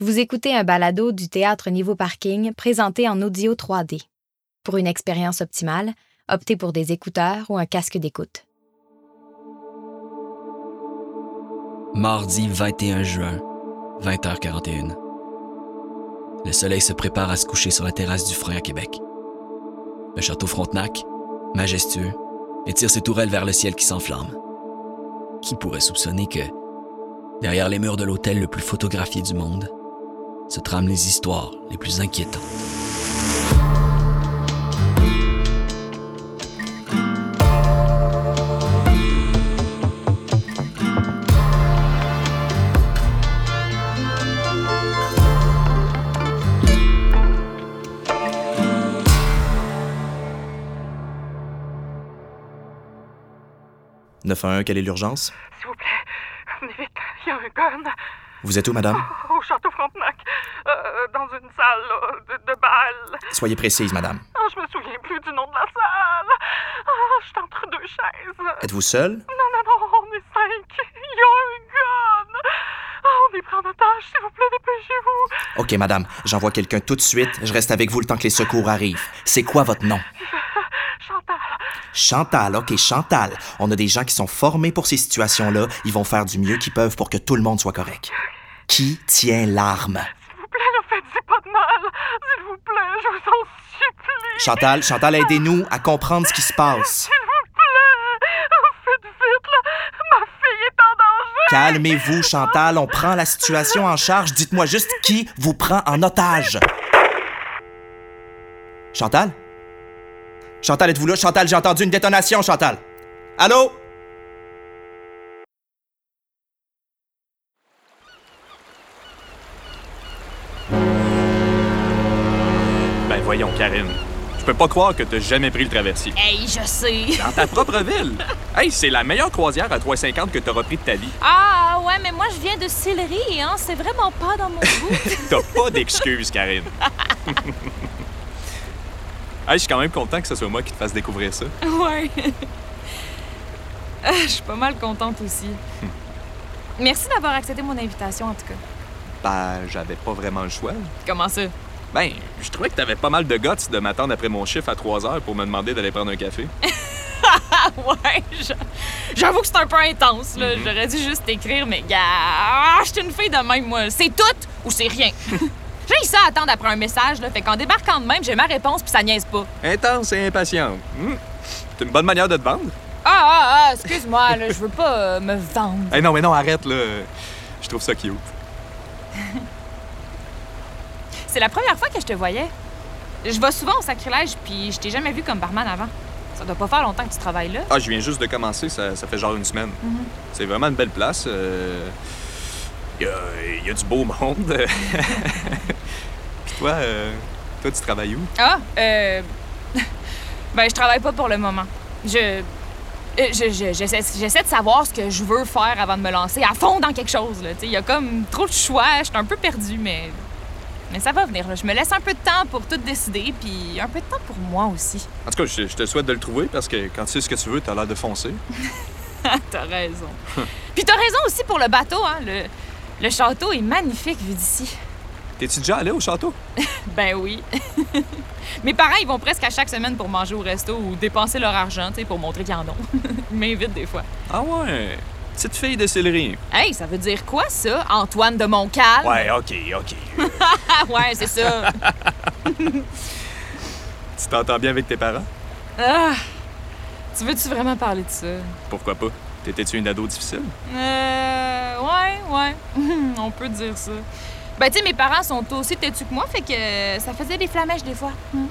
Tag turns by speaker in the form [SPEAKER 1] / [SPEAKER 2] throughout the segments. [SPEAKER 1] Vous écoutez un balado du théâtre Niveau Parking présenté en audio 3D. Pour une expérience optimale, optez pour des écouteurs ou un casque d'écoute.
[SPEAKER 2] Mardi 21 juin, 20h41. Le soleil se prépare à se coucher sur la terrasse du Frein à Québec. Le château Frontenac, majestueux, étire ses tourelles vers le ciel qui s'enflamme. Qui pourrait soupçonner que, derrière les murs de l'hôtel le plus photographié du monde, se trament les histoires les plus inquiétantes.
[SPEAKER 3] « 911, quelle est l'urgence?
[SPEAKER 4] S'il vous plaît, venez vite, il y a un gun.
[SPEAKER 3] Vous êtes où, madame?
[SPEAKER 4] Au château Frontenac, euh, dans une salle là, de, de bal.
[SPEAKER 3] Soyez précise, madame.
[SPEAKER 4] Ah, je me souviens plus du nom de la salle. Ah, je suis entre deux chaises.
[SPEAKER 3] Êtes-vous seule?
[SPEAKER 4] Non, non, non, on est cinq. Il y a un gun. Ah, on est pris en otage, s'il vous plaît, dépêchez-vous.
[SPEAKER 3] Ok, madame, j'envoie quelqu'un tout de suite. Je reste avec vous le temps que les secours arrivent. C'est quoi votre nom?
[SPEAKER 4] Chantal,
[SPEAKER 3] Chantal, ok, Chantal. On a des gens qui sont formés pour ces situations-là. Ils vont faire du mieux qu'ils peuvent pour que tout le monde soit correct. Qui tient l'arme?
[SPEAKER 4] s'il vous plaît, ne faites-y pas de mal. S'il vous plaît, je vous en supplie.
[SPEAKER 3] Chantal, Chantal, aidez-nous à comprendre ce qui se passe.
[SPEAKER 4] S'il vous plaît, Ah, faites vite, là. Ma fille est en danger.
[SPEAKER 3] Calmez-vous, Chantal, on prend la situation en charge. Dites-moi juste qui vous prend en otage. Chantal? Chantal, êtes-vous là? Chantal, j'ai entendu une détonation, Chantal. Allô?
[SPEAKER 5] Ben voyons, Karine. Je peux pas croire que t'as jamais pris le traversier.
[SPEAKER 6] Hey, je sais.
[SPEAKER 5] Dans ta propre ville. Hey, c'est la meilleure croisière à 3,50 que t'auras pris de ta vie.
[SPEAKER 6] Ah ouais, mais moi je viens de Sillery, hein. C'est vraiment pas dans mon goût.
[SPEAKER 5] T'as pas d'excuses, Karine. hey, je suis quand même content que ce soit moi qui te fasse découvrir ça.
[SPEAKER 6] ouais. Ah, Je suis pas mal contente aussi. Merci d'avoir accepté mon invitation en tout cas.
[SPEAKER 5] Ben, j'avais pas vraiment le choix.
[SPEAKER 6] Comment ça?
[SPEAKER 5] Ben, je trouvais que t'avais pas mal de guts de m'attendre après mon chiffre à 3 heures pour me demander d'aller prendre un café.
[SPEAKER 6] Ah ouais, je- j'avoue que c'est un peu intense là. J'aurais dû juste t'écrire, mais gars, ah, je suis une fille de même moi. C'est tout ou c'est rien. J'ai ça à attendre après un message là, fait qu'en débarquant de même, j'ai ma réponse puis ça niaise pas.
[SPEAKER 5] Intense et impatiente. Hmm. C'est une bonne manière de te vendre.
[SPEAKER 6] Ah ah ah, excuse-moi là, je veux pas euh, me vendre.
[SPEAKER 5] Hey, non, mais non, arrête, là. Je trouve ça cute.
[SPEAKER 6] C'est la première fois que je te voyais. Je vais souvent au sacrilège, puis je t'ai jamais vu comme barman avant. Ça doit pas faire longtemps que tu travailles là.
[SPEAKER 5] Ah, je viens juste de commencer, ça, ça fait genre une semaine. C'est vraiment une belle place. euh, Il y a- il y, a du beau monde. Puis toi, euh, toi, tu travailles où?
[SPEAKER 6] Ah, euh. ben, je travaille pas pour le moment. Je. euh, je- je- J'essaie j'essaie de savoir ce que je veux faire avant de me lancer à fond dans quelque chose. là. Tu sais, Il y a comme trop de choix, je suis un peu perdue, mais. Mais ça va venir. là. Je me laisse un peu de temps pour tout décider, puis un peu de temps pour moi aussi.
[SPEAKER 5] En tout cas, je, je te souhaite de le trouver parce que quand tu sais ce que tu veux, t'as l'air de foncer.
[SPEAKER 6] Ah, T'as raison. puis t'as raison aussi pour le bateau. Hein. Le, le château est magnifique vu d'ici.
[SPEAKER 5] T'es-tu déjà allé au château?
[SPEAKER 6] Ben oui. Mes parents, ils vont presque à chaque semaine pour manger au resto ou dépenser leur argent, tu sais, pour montrer qu'ils en ont. ils m'invitent des fois.
[SPEAKER 5] Ah ouais! Petite fille de céleri.
[SPEAKER 6] Hey, ça veut dire quoi, ça? Antoine de Montcalm?
[SPEAKER 5] Ouais, ok, ok.
[SPEAKER 6] Ah ouais, c'est ça.
[SPEAKER 5] tu t'entends bien avec tes parents?
[SPEAKER 6] Ah. Tu veux-tu vraiment parler de ça?
[SPEAKER 5] Pourquoi pas? T'étais-tu une ado difficile?
[SPEAKER 6] Euh... Ouais, ouais. On peut dire ça. Ben, tu sais, mes parents sont aussi têtus que moi, fait que ça faisait des flamèches des fois. Hmm.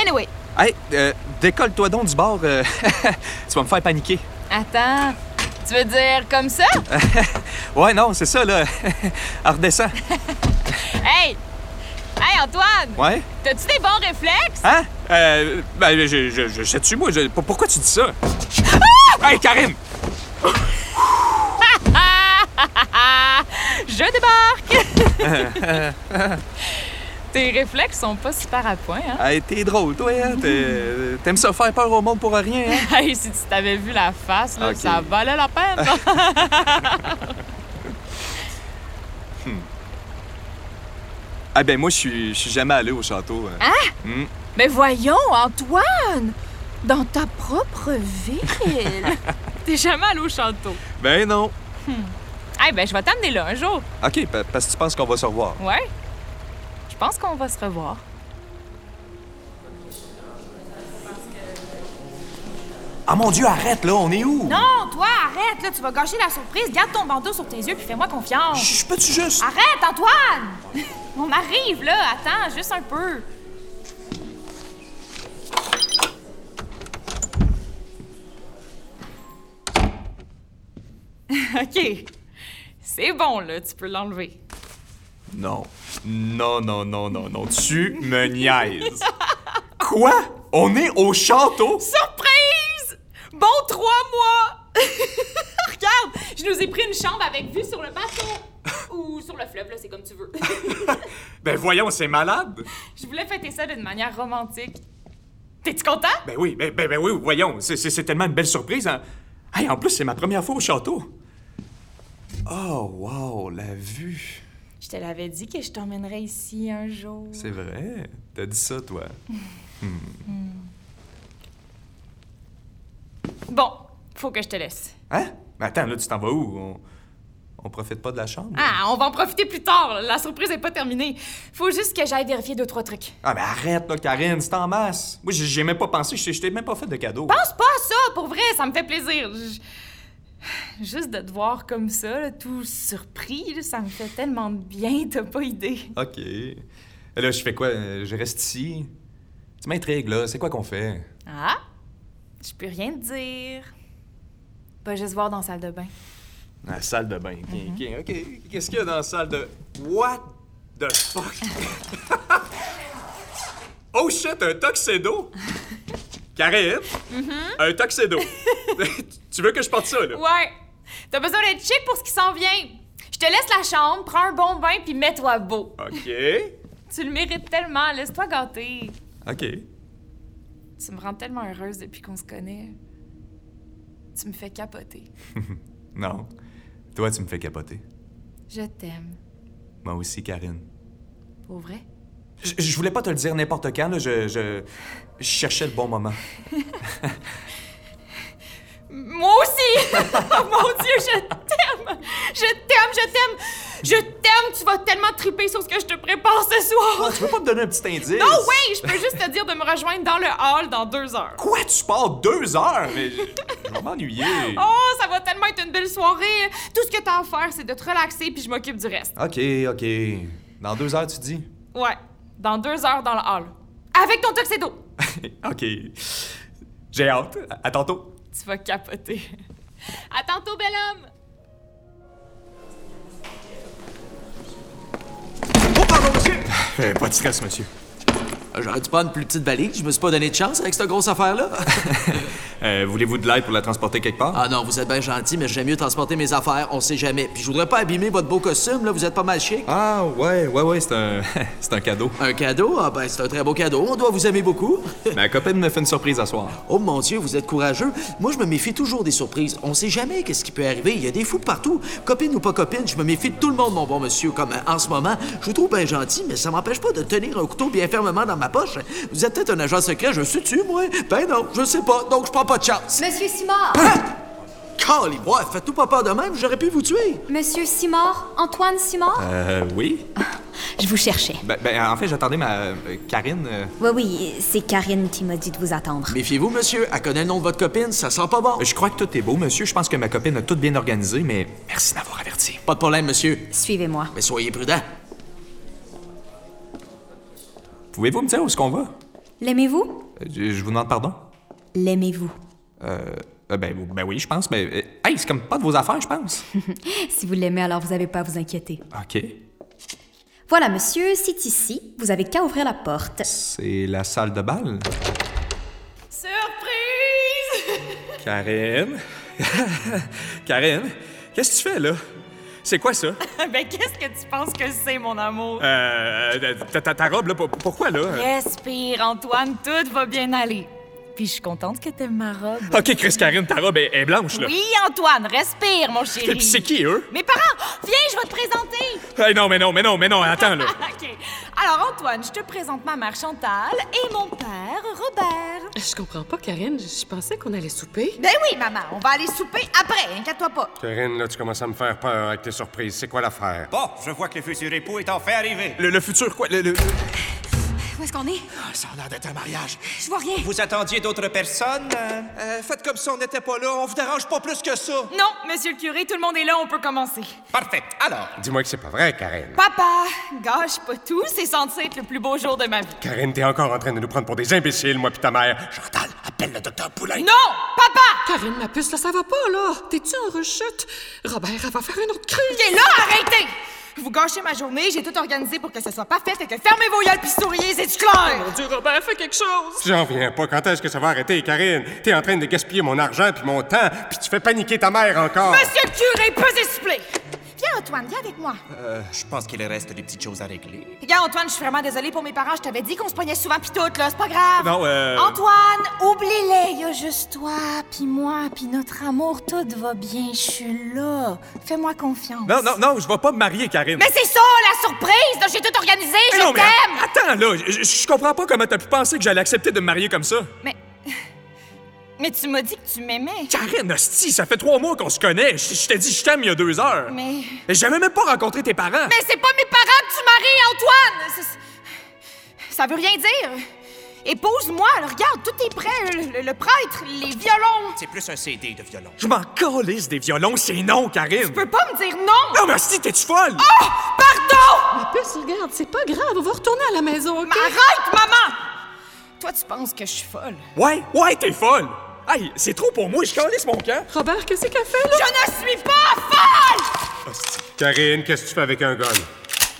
[SPEAKER 6] Anyway,
[SPEAKER 5] Hey, euh, décolle-toi donc du bord. euh, tu vas me faire paniquer.
[SPEAKER 6] attends. Tu veux dire comme ça?
[SPEAKER 5] Ouais, non, c'est ça, là. Alors, redescends.
[SPEAKER 6] Hey! Hey, Antoine!
[SPEAKER 5] Ouais?
[SPEAKER 6] T'as-tu des bons réflexes?
[SPEAKER 5] Hein? Euh, ben, je, je, je sais-tu, moi, je- pour- pourquoi tu dis ça? Hey, Karim!
[SPEAKER 6] Ah! Je débarque! Tes réflexes sont pas super à point, hein?
[SPEAKER 5] Hey, t'es drôle, toi, hein? T'es- T'aimes ça faire peur au monde pour rien, hein?
[SPEAKER 6] Hey, si tu t'avais vu la face, là,
[SPEAKER 5] Ok.
[SPEAKER 6] ça valait la peine!
[SPEAKER 3] Ah ben moi, je suis je suis jamais allé au château. euh.
[SPEAKER 6] Mais voyons, Antoine! Dans ta propre ville! T'es jamais allé au château.
[SPEAKER 3] Ben non.
[SPEAKER 6] Eh ben, je vais t'amener là un jour.
[SPEAKER 3] OK, pa- parce que tu penses qu'on va se revoir.
[SPEAKER 6] Ouais. Je pense qu'on va se revoir.
[SPEAKER 7] Ah mon Dieu, arrête là, on est où?
[SPEAKER 6] Non, toi, arrête, là, tu vas gâcher la surprise. Garde ton bandeau sur tes yeux puis fais-moi confiance.
[SPEAKER 7] Je peux-tu juste?
[SPEAKER 6] Arrête, Antoine! On arrive, là. Attends, juste un peu. OK. C'est bon, là. Tu peux l'enlever.
[SPEAKER 3] Non. Non, non, non, non, non. Tu me niaises. Quoi? On est au château?
[SPEAKER 6] Surprise! Bon trois mois! Regarde, je nous ai pris une chambre avec vue sur le bateau. Ou sur le fleuve, là, c'est comme tu veux.
[SPEAKER 3] Ben voyons, c'est malade.
[SPEAKER 6] je voulais fêter ça d'une manière romantique. T'es-tu content?
[SPEAKER 3] Ben oui, ben, ben, ben oui, voyons. C'est- C'est c'est tellement une belle surprise. hein. Hey, en plus, c'est ma première fois au château. Oh, wow, la vue.
[SPEAKER 6] Je te l'avais dit que je t'emmènerais ici un jour.
[SPEAKER 3] C'est vrai. T'as dit ça, toi.
[SPEAKER 6] Bon, faut que je te laisse.
[SPEAKER 3] Hein? Mais attends, là, tu t'en vas où? On, on profite pas de la chambre?
[SPEAKER 6] Ah, on va en profiter plus tard. là. La surprise est pas terminée. Faut juste que j'aille vérifier deux, trois trucs.
[SPEAKER 3] Ah, ben arrête, là, Karine, c'est en masse. Moi, j'ai- j'ai même pas pensé. Je t'ai- je t'ai même pas fait de cadeau.
[SPEAKER 6] Pense pas à ça, pour vrai, ça me fait plaisir. Je- Juste de te voir comme ça, là, tout surpris, là, ça me fait tellement de bien, t'as pas idée.
[SPEAKER 3] OK. Euh, Là, je fais quoi? Euh, Je reste ici? Tu m'intrigues, là. C'est quoi qu'on fait?
[SPEAKER 6] Ah? Je peux rien te dire. Va juste voir dans la salle de bain.
[SPEAKER 3] La salle de bain. OK,
[SPEAKER 6] Mhm.
[SPEAKER 3] OK. OK. Qu'est-ce qu'il y a dans la salle de... What the fuck? oh shit, un tuxedo! Karine, un tuxedo. tu veux que je porte ça, là?
[SPEAKER 6] Ouais! T'as besoin d'être chic pour ce qui s'en vient! Je te laisse la chambre, prends un bon bain puis mets-toi beau.
[SPEAKER 3] OK.
[SPEAKER 6] Tu le mérites tellement, laisse-toi gâter.
[SPEAKER 3] OK.
[SPEAKER 6] Tu me rends tellement heureuse depuis qu'on se connaît. Tu me fais capoter.
[SPEAKER 3] Non. Toi, tu me fais capoter.
[SPEAKER 6] Je t'aime.
[SPEAKER 3] Moi aussi, Karine.
[SPEAKER 6] Pour vrai?
[SPEAKER 3] Je, je voulais pas te le dire n'importe quand, là. Je, je, je cherchais le bon moment.
[SPEAKER 6] Moi aussi! Oh Mon Dieu, je t'aime! Je t'aime, je t'aime! Je t'aime! Tu vas tellement triper sur ce que je te prépare ce
[SPEAKER 3] Ah,
[SPEAKER 6] soir!
[SPEAKER 3] Tu veux pas me donner un petit indice?
[SPEAKER 6] Non, oui! Je peux juste te dire de me rejoindre dans le hall dans deux heures.
[SPEAKER 3] Quoi, tu pars deux heures? Mais je, je vais m'ennuyer.
[SPEAKER 6] Oh, ça va tellement être une belle soirée! Tout ce que t'as à faire, c'est de te relaxer, puis je m'occupe du reste.
[SPEAKER 3] OK, OK. Dans deux heures, tu dis?
[SPEAKER 6] Ouais, dans deux heures dans le hall. Avec ton tuxedo!
[SPEAKER 3] OK. J'ai hâte. À, à tantôt.
[SPEAKER 6] Tu vas capoter. À tantôt, bel homme!
[SPEAKER 3] Oh, pardon, monsieur! Euh, pas de stress, monsieur.
[SPEAKER 2] J'aurais dû prendre Euh, une plus petite valise. Je me suis pas donné de chance avec cette grosse affaire-là.
[SPEAKER 3] Euh, Voulez-vous de l'aide pour la transporter quelque part?
[SPEAKER 2] ah non, vous êtes bien gentil, mais j'aime mieux transporter mes affaires. On sait jamais. Puis je voudrais pas abîmer votre beau costume. Là, vous êtes pas mal chic.
[SPEAKER 3] Ah, ouais, ouais, ouais, c'est un, c'est un cadeau.
[SPEAKER 2] Un cadeau? Ah ben, c'est un très beau cadeau. On doit vous aimer beaucoup.
[SPEAKER 3] Ma copine me fait une surprise à soir.
[SPEAKER 2] Oh mon Dieu, vous êtes courageux. Moi, je me méfie toujours des surprises. On sait jamais qu'est-ce qui peut arriver. Il y a des fous partout. Copine ou pas copine, je me méfie de tout le monde, mon bon monsieur. Comme euh, en ce moment, je vous trouve bien gentil, mais ça m'empêche pas de tenir un couteau bien fermement dans ma poche. Vous êtes peut-être un agent secret, je suis-tu, moi? Ben non, je sais pas, donc je prends pas de chance.
[SPEAKER 8] Monsieur Simard!
[SPEAKER 2] Calibrois, faites-vous pas peur de même, j'aurais pu vous tuer.
[SPEAKER 8] Monsieur Simard? Antoine Simard?
[SPEAKER 3] Euh, oui?
[SPEAKER 8] Je vous cherchais.
[SPEAKER 3] Ben, ben, en fait, j'attendais ma... euh, Karine... euh,
[SPEAKER 8] Oui, oui, c'est Karine qui m'a dit de vous attendre.
[SPEAKER 2] Méfiez-vous, monsieur, elle connaît le nom de votre copine, ça sent pas bon.
[SPEAKER 3] Je crois que tout est beau, monsieur. Je pense que ma copine a tout bien organisé, mais merci d'avoir averti.
[SPEAKER 2] Pas de problème, monsieur,
[SPEAKER 8] Suivez-moi.
[SPEAKER 2] mais soyez prudent.
[SPEAKER 3] Pouvez-vous me dire où est-ce qu'on va?
[SPEAKER 8] L'aimez-vous?
[SPEAKER 3] Euh, Je, je vous demande pardon?
[SPEAKER 8] L'aimez-vous.
[SPEAKER 3] Euh, euh, ben, ben oui, je pense, mais... euh, hey, c'est comme pas de vos affaires, je pense.
[SPEAKER 8] Si vous l'aimez, alors vous n'avez pas à vous inquiéter.
[SPEAKER 3] OK.
[SPEAKER 8] Voilà, monsieur, c'est ici. Vous avez qu'à ouvrir la porte.
[SPEAKER 3] C'est la salle de bal.
[SPEAKER 6] Surprise!
[SPEAKER 3] Karine? Karine? Qu'est-ce que tu fais, là? C'est quoi ça?
[SPEAKER 6] ben, qu'est-ce que tu penses que c'est, mon amour?
[SPEAKER 3] Euh, ta, ta- ta robe, là, pour- pourquoi, là?
[SPEAKER 6] Respire, Antoine, tout va bien aller. Puis je suis contente que t'aimes ma robe.
[SPEAKER 3] OK, Chris, Karine, ta robe est, est blanche, là.
[SPEAKER 6] Oui, Antoine, respire, mon chéri.
[SPEAKER 3] Puis Ah. C'est qui, eux?
[SPEAKER 6] Mes parents! Viens, je vais te présenter!
[SPEAKER 3] Hey, non, mais non, mais non, mais non, attends, là.
[SPEAKER 6] OK. Alors, Antoine, je te présente ma mère Chantal et mon père, Robert.
[SPEAKER 9] Je comprends pas, Karine. Je je pensais qu'on allait souper.
[SPEAKER 6] Ben oui, maman, on va aller souper après, inquiète-toi pas.
[SPEAKER 5] Karine, là, tu commences à me faire peur avec tes surprises. C'est quoi l'affaire?
[SPEAKER 10] Bon, Oh, je vois que le futur époux est enfin arrivé.
[SPEAKER 3] Le, le futur, quoi? Le, Ah, le-
[SPEAKER 11] Où est-ce qu'on est?
[SPEAKER 10] Ça a l'air d'être un mariage.
[SPEAKER 11] Je vois rien.
[SPEAKER 10] Vous attendiez d'autres personnes? Euh, euh, faites comme si on n'était pas là. On vous dérange pas plus que ça.
[SPEAKER 6] Non, monsieur le curé, tout le monde est là, on peut commencer.
[SPEAKER 10] Parfait. Alors,
[SPEAKER 5] Dis-moi que c'est pas vrai, Karine.
[SPEAKER 6] Papa, gâche pas tout, c'est censé être le plus beau jour de ma vie.
[SPEAKER 5] Karine, t'es encore en train de nous prendre pour des imbéciles, moi pis ta mère.
[SPEAKER 10] Chantal, appelle le docteur Poulain.
[SPEAKER 6] Non, papa!
[SPEAKER 9] Karine, ma puce, là, ça va pas, là. T'es-tu en rechute? Robert, elle va faire une autre crise.
[SPEAKER 6] Il est là, arrêtez! Vous gâchez ma journée, j'ai tout organisé pour que ce soit parfait, fait que fermez vos gueules puis souriez, c'est
[SPEAKER 3] Oh,
[SPEAKER 6] clair!
[SPEAKER 9] Mon Dieu, Robert, fais quelque chose.
[SPEAKER 5] J'en viens pas. Quand est-ce que ça va arrêter, Karine? T'es en train de gaspiller mon argent puis mon temps, puis tu fais paniquer ta mère encore.
[SPEAKER 6] Monsieur le curé, pesez supplé! Viens, Antoine, viens avec moi.
[SPEAKER 10] Euh, je pense qu'il reste des petites choses à régler.
[SPEAKER 6] Regarde, Antoine, je suis vraiment désolée pour mes parents. Je t'avais dit qu'on se pognait souvent pis tout, là. C'est pas grave.
[SPEAKER 3] Non, euh,
[SPEAKER 11] Oh, Antoine, oublie-les. Il y a juste toi, puis moi, puis notre amour. Tout va bien. Je suis là. Fais-moi confiance.
[SPEAKER 3] non, non, non, je vais pas me marier, Karine.
[SPEAKER 6] Mais Eh, c'est ça, la surprise! là, J'ai tout organisé,
[SPEAKER 3] Mais
[SPEAKER 6] je
[SPEAKER 3] non, mais
[SPEAKER 6] t'aime!
[SPEAKER 3] attends, là, je, je comprends pas comment t'as pu penser que j'allais accepter de me marier comme ça.
[SPEAKER 6] Mais... Mais tu m'as dit que tu m'aimais.
[SPEAKER 3] Karine, hostie, ça fait trois mois qu'on se connaît. Je, je t'ai dit je t'aime il y a deux heures.
[SPEAKER 6] Mais...
[SPEAKER 3] Et J'avais même pas rencontré tes parents.
[SPEAKER 6] Mais c'est pas mes parents que tu maries, Antoine! C'est- Ça veut rien dire. Épouse-moi, là, regarde, tout est prêt. Le, le- le prêtre, les violons.
[SPEAKER 10] C'est plus un CD de violon.
[SPEAKER 3] Je m'en calisse des violons, c'est non, Karine.
[SPEAKER 6] Tu peux pas me dire non!
[SPEAKER 3] Non, mais hostie, t'es-tu folle?
[SPEAKER 6] Oh! Pardon!
[SPEAKER 9] Ma puce, regarde, c'est pas grave. On va retourner à la maison, OK?
[SPEAKER 6] Mais arrête, maman! Toi, tu penses que je suis folle?
[SPEAKER 3] Ouais, ouais, t'es folle. Hey, c'est trop pour moi, je calisse mon camp.
[SPEAKER 9] Robert, qu'est-ce qu'elle fait, là?
[SPEAKER 6] Je ne suis pas folle!
[SPEAKER 5] Karine, qu'est-ce que tu fais avec un gun?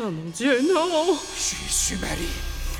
[SPEAKER 9] Oh, mon Dieu, non.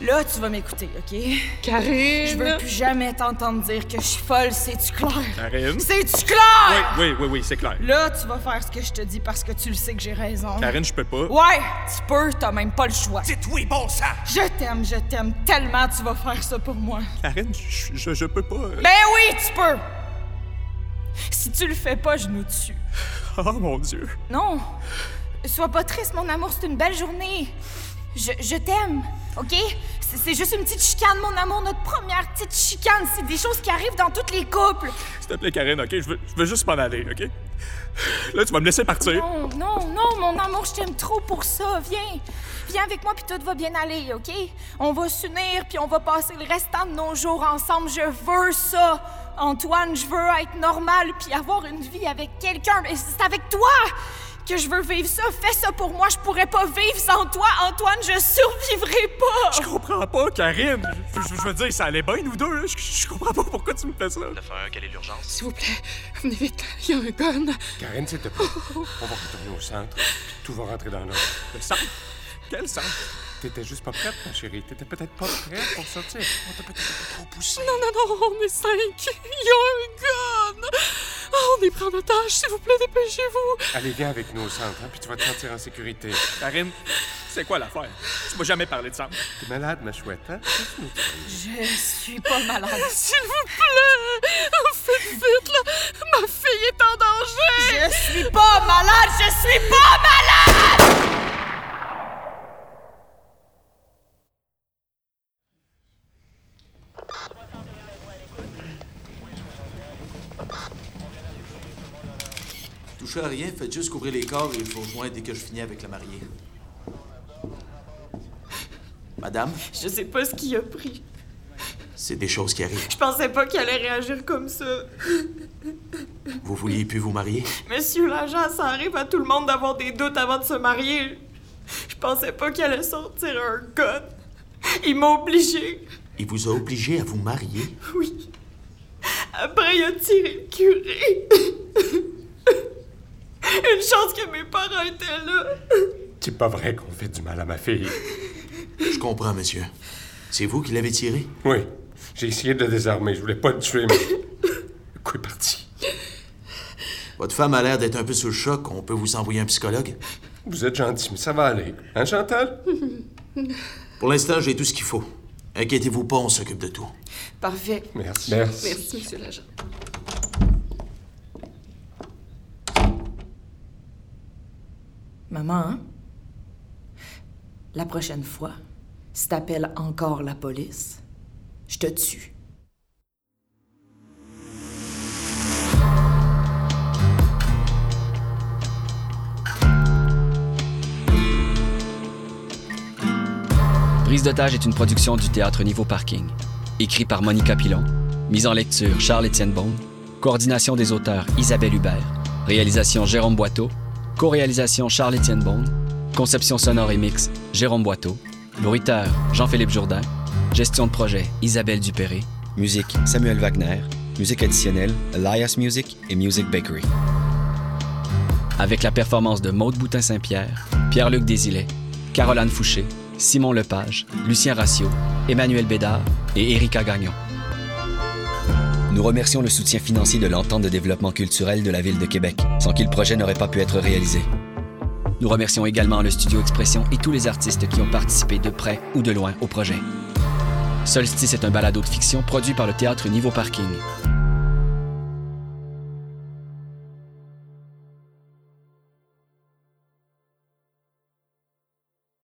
[SPEAKER 6] Là, tu vas m'écouter, OK?
[SPEAKER 9] Karine.
[SPEAKER 6] Je veux plus jamais t'entendre dire que je suis folle, c'est-tu clair?
[SPEAKER 3] Karine?
[SPEAKER 6] C'est-tu clair?
[SPEAKER 3] Oui, oui, oui, c'est clair.
[SPEAKER 6] Là, tu vas faire ce que je te dis parce que tu le sais que j'ai raison.
[SPEAKER 3] Karine, je peux pas.
[SPEAKER 6] Ouais, tu peux, t'as même pas le choix.
[SPEAKER 10] Dites oui, bon sang.
[SPEAKER 6] Je t'aime, je t'aime tellement, tu vas faire ça pour moi.
[SPEAKER 3] Karine, je, je, je peux pas.
[SPEAKER 6] Ben oui, tu peux! Si tu le fais pas, je nous tue.
[SPEAKER 3] Oh mon Dieu.
[SPEAKER 6] Non! Sois pas triste, mon amour, c'est une belle journée. Je, je t'aime, OK? C'est c'est juste une petite chicane, mon amour, notre première petite chicane. C'est des choses qui arrivent dans tous les couples.
[SPEAKER 3] S'il te plaît, Karine, ok? Je veux, je veux juste m'en aller, ok? Là, tu vas me laisser partir.
[SPEAKER 6] Non, non, non, mon amour, je t'aime trop pour ça. Viens, viens avec moi, puis tout va bien aller, OK? On va s'unir, puis on va passer le restant de nos jours ensemble. Je veux ça. Antoine, je veux être normal, puis avoir une vie avec quelqu'un. Mais c'est avec toi que je veux vivre ça. Fais ça pour moi. Je pourrais pas vivre sans toi, Antoine. Je survivrai pas.
[SPEAKER 3] Je comprends pas, Karine. Je, je- je veux dire, ça allait bien, nous deux. là. Je, je comprends pas pourquoi tu me fais ça.
[SPEAKER 9] S'il vous plaît, venez vite. Il y a un gun.
[SPEAKER 5] Karine, s'il te plaît, on va retourner au centre. puis Tout va rentrer dans l'ordre.
[SPEAKER 3] Le sang? Quel sang?
[SPEAKER 5] T'étais juste pas prête, ma chérie. T'étais peut-être pas prête pour sortir. On t'a peut-être trop poussé.
[SPEAKER 9] Non, non, non, on est cinq. Il y a un gun. Oh, on est pris en otage. S'il vous plaît, dépêchez-vous.
[SPEAKER 5] Allez, viens avec nous au centre, hein, puis tu vas te sentir en sécurité.
[SPEAKER 3] Karine, c'est quoi l'affaire? Tu m'as jamais parlé de sang.
[SPEAKER 5] T'es malade, ma chouette, hein?
[SPEAKER 6] Je suis pas malade.
[SPEAKER 9] S'il vous plaît. Faites vite, là. Ma fille est en danger.
[SPEAKER 6] Je suis pas malade. Je suis pas malade.
[SPEAKER 12] Touchez à rien, faites juste couvrir les corps et vous rejoindre dès que je finis avec la mariée. Madame,
[SPEAKER 9] Je sais pas ce qu'il a pris.
[SPEAKER 12] c'est des choses qui arrivent.
[SPEAKER 9] Je pensais pas qu'il allait réagir comme ça.
[SPEAKER 12] Vous vouliez plus vous marier?
[SPEAKER 9] Monsieur l'agent, ça arrive à tout le monde d'avoir des doutes avant de se marier. Je pensais pas qu'il allait sortir un gun. Il m'a obligé.
[SPEAKER 12] Il vous a obligé à vous marier?
[SPEAKER 9] Oui. Après, il a tiré le curé. Une chance que mes parents étaient là.
[SPEAKER 5] C'est pas vrai qu'on fait du mal à ma fille.
[SPEAKER 12] Je comprends, Ah, monsieur. C'est vous qui l'avez tiré?
[SPEAKER 5] Oui, j'ai essayé de le désarmer. Je voulais pas le tuer, mais. Le coup est parti.
[SPEAKER 12] Votre femme a l'air d'être un peu sous le choc. On peut vous envoyer un psychologue?
[SPEAKER 5] Vous êtes gentil, mais ça va aller. Hein, Chantal?
[SPEAKER 12] Pour l'instant, j'ai tout ce qu'il faut. Inquiétez-vous pas, on s'occupe de tout.
[SPEAKER 9] Parfait.
[SPEAKER 5] Merci. Merci.
[SPEAKER 9] Merci, monsieur l'agent.
[SPEAKER 13] hein?
[SPEAKER 11] Maman, la prochaine fois,
[SPEAKER 13] Si t'appelles encore la police, je te tue.
[SPEAKER 2] Prise d'otage est une production du théâtre Niveau Parking, écrit par Monica Pilon, mise en lecture Charles-Étienne Beaune, coordination des auteurs Isabelle Hubert, réalisation Jérôme Boiteau, co-réalisation Charles-Étienne Beaune, conception sonore et mix Jérôme Boiteau, bruiteur Jean-Philippe Jourdain, gestion de projet Isabelle Dupéré, musique Samuel Wagner, musique additionnelle Elias Music et Music Bakery. Avec la performance de Maude Boutin-Saint-Pierre, Pierre-Luc Desilets, Caroline Fouché, Simon Lepage, Lucien Ratio, Emmanuel Bédard et Erika Gagnon. Nous remercions le soutien financier de l'entente de développement culturel de la Ville de Québec, sans qui le projet n'aurait pas pu être réalisé. Nous remercions également le Studio Expression et tous les artistes qui ont participé de près ou de loin au projet. Solstice est un balado de fiction produit par le théâtre Niveau Parking,